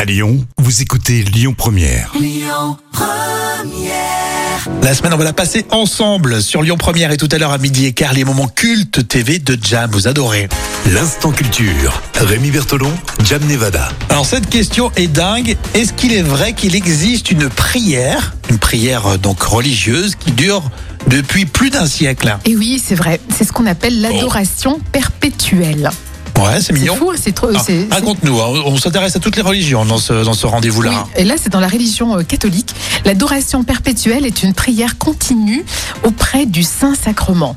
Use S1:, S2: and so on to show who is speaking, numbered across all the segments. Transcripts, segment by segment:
S1: À Lyon, vous écoutez Lyon Première.
S2: La semaine, on va la passer ensemble sur Lyon Première et tout à l'heure à midi et quart, les moments cultes TV de Jam. Vous adorez.
S1: L'instant culture. Rémi Bertolon, Jam Nevada.
S2: Alors cette question est dingue. Est-ce qu'il est vrai qu'il existe une prière, une prière euh, donc religieuse qui dure depuis plus d'un siècle
S3: Et oui, c'est vrai. C'est ce qu'on appelle l'adoration perpétuelle.
S2: Ouais, c'est
S3: C'est
S2: mignon.
S3: fou, hein, c'est trop.
S2: Ah,
S3: c'est- c'est-
S2: Raconte-nous, hein, on s'intéresse à toutes les religions dans ce, dans ce rendez-vous-là.
S3: Oui,
S2: hein.
S3: et là, c'est dans la religion euh, catholique. L'adoration perpétuelle est une prière continue auprès du Saint-Sacrement.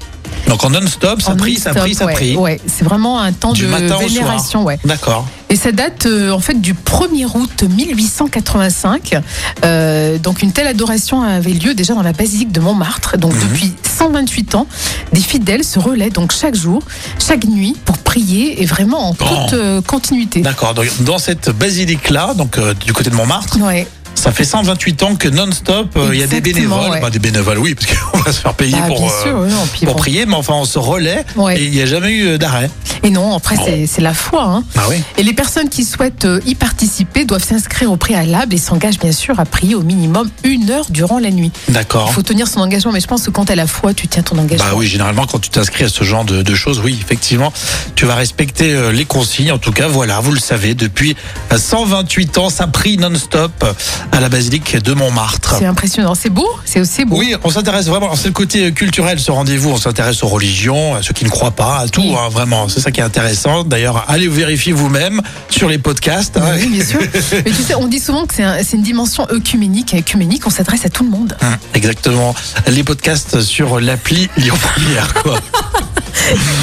S2: Donc en non-stop, ça
S3: En
S2: prie, ça
S3: non-stop,
S2: prie, ça
S3: ouais,
S2: prie.
S3: Ouais, c'est vraiment un temps
S2: Du
S3: de
S2: matin au soir.
S3: vénération. Ouais.
S2: D'accord.
S3: Et ça date euh, en fait du 1er août 1885. Euh, donc une telle adoration avait lieu déjà dans la basilique de Montmartre.
S2: Mhm.
S3: Donc depuis 128 ans, des fidèles se relaient donc chaque jour, chaque nuit pour prier et vraiment en
S2: Oh.
S3: toute euh, continuité.
S2: D'accord. Donc, Dans cette basilique-là, donc euh, du côté de Montmartre,
S3: Ouais.
S2: ça fait 128 ans que non-stop, euh, il y a des
S3: Exactement,
S2: bénévoles.
S3: ouais.
S2: Bah, des bénévoles, oui, parce qu'on va se faire payer
S3: Bah,
S2: pour,
S3: bien
S2: euh,
S3: sûr, ouais, non, puis
S2: pour
S3: bon.
S2: prier, mais enfin on se relaie
S3: Ouais.
S2: et il n'y a jamais eu euh, d'arrêt.
S3: Et non, après c'est- c'est la foi. Hein.
S2: Ah oui.
S3: Et les personnes qui souhaitent euh, y participer doivent s'inscrire au préalable et s'engagent bien sûr à prier au minimum une heure durant la nuit. Il
S2: D'accord.
S3: faut tenir son engagement, mais je pense que quand t'as la foi, tu tiens ton engagement.
S2: Bah oui, généralement quand tu t'inscris à ce genre de, de choses, oui, effectivement, tu vas respecter euh, les consignes. En tout cas, voilà, vous le savez, depuis 128 ans, ça prie non-stop euh, à la basilique de Montmartre.
S3: C'est impressionnant. C'est beau C'est aussi beau.
S2: Oui, on s'intéresse vraiment. C'est le côté euh, culturel, ce rendez-vous. On s'intéresse aux religions, à ceux qui ne croient pas, à tout,
S3: Oui.
S2: hein, vraiment. C'est ça qui est intéressant. D'ailleurs, allez vérifier vous-même sur les podcasts. hein.
S3: Oui, bien sûr. Mais tu sais, on dit souvent que c'est un- c'est une dimension œcuménique. Et œcuménique, on s'adresse à tout le monde.
S2: Hum, Exactement. Les podcasts sur l'appli Lyon Première, quoi.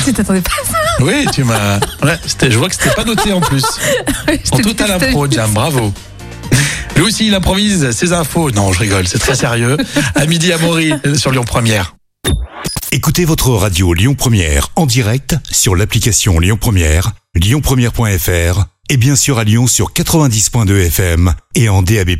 S3: Tu t'attendais pas à ça
S2: Oui, tu m'as. Ouais, c'était- je vois que c'était pas noté en plus.
S3: je
S2: En
S3: te
S2: tout à
S3: déteste.
S2: l'impro, Jam, bravo. Lui aussi, il improvise ses infos. Non, je rigole, c'est très sérieux. À midi à Maury euh, sur Lyon Première.
S1: Écoutez votre radio Lyon Première en direct sur l'application Lyon Première, lyonpremière.fr et bien sûr à Lyon sur 90.2 FM et en DAB+.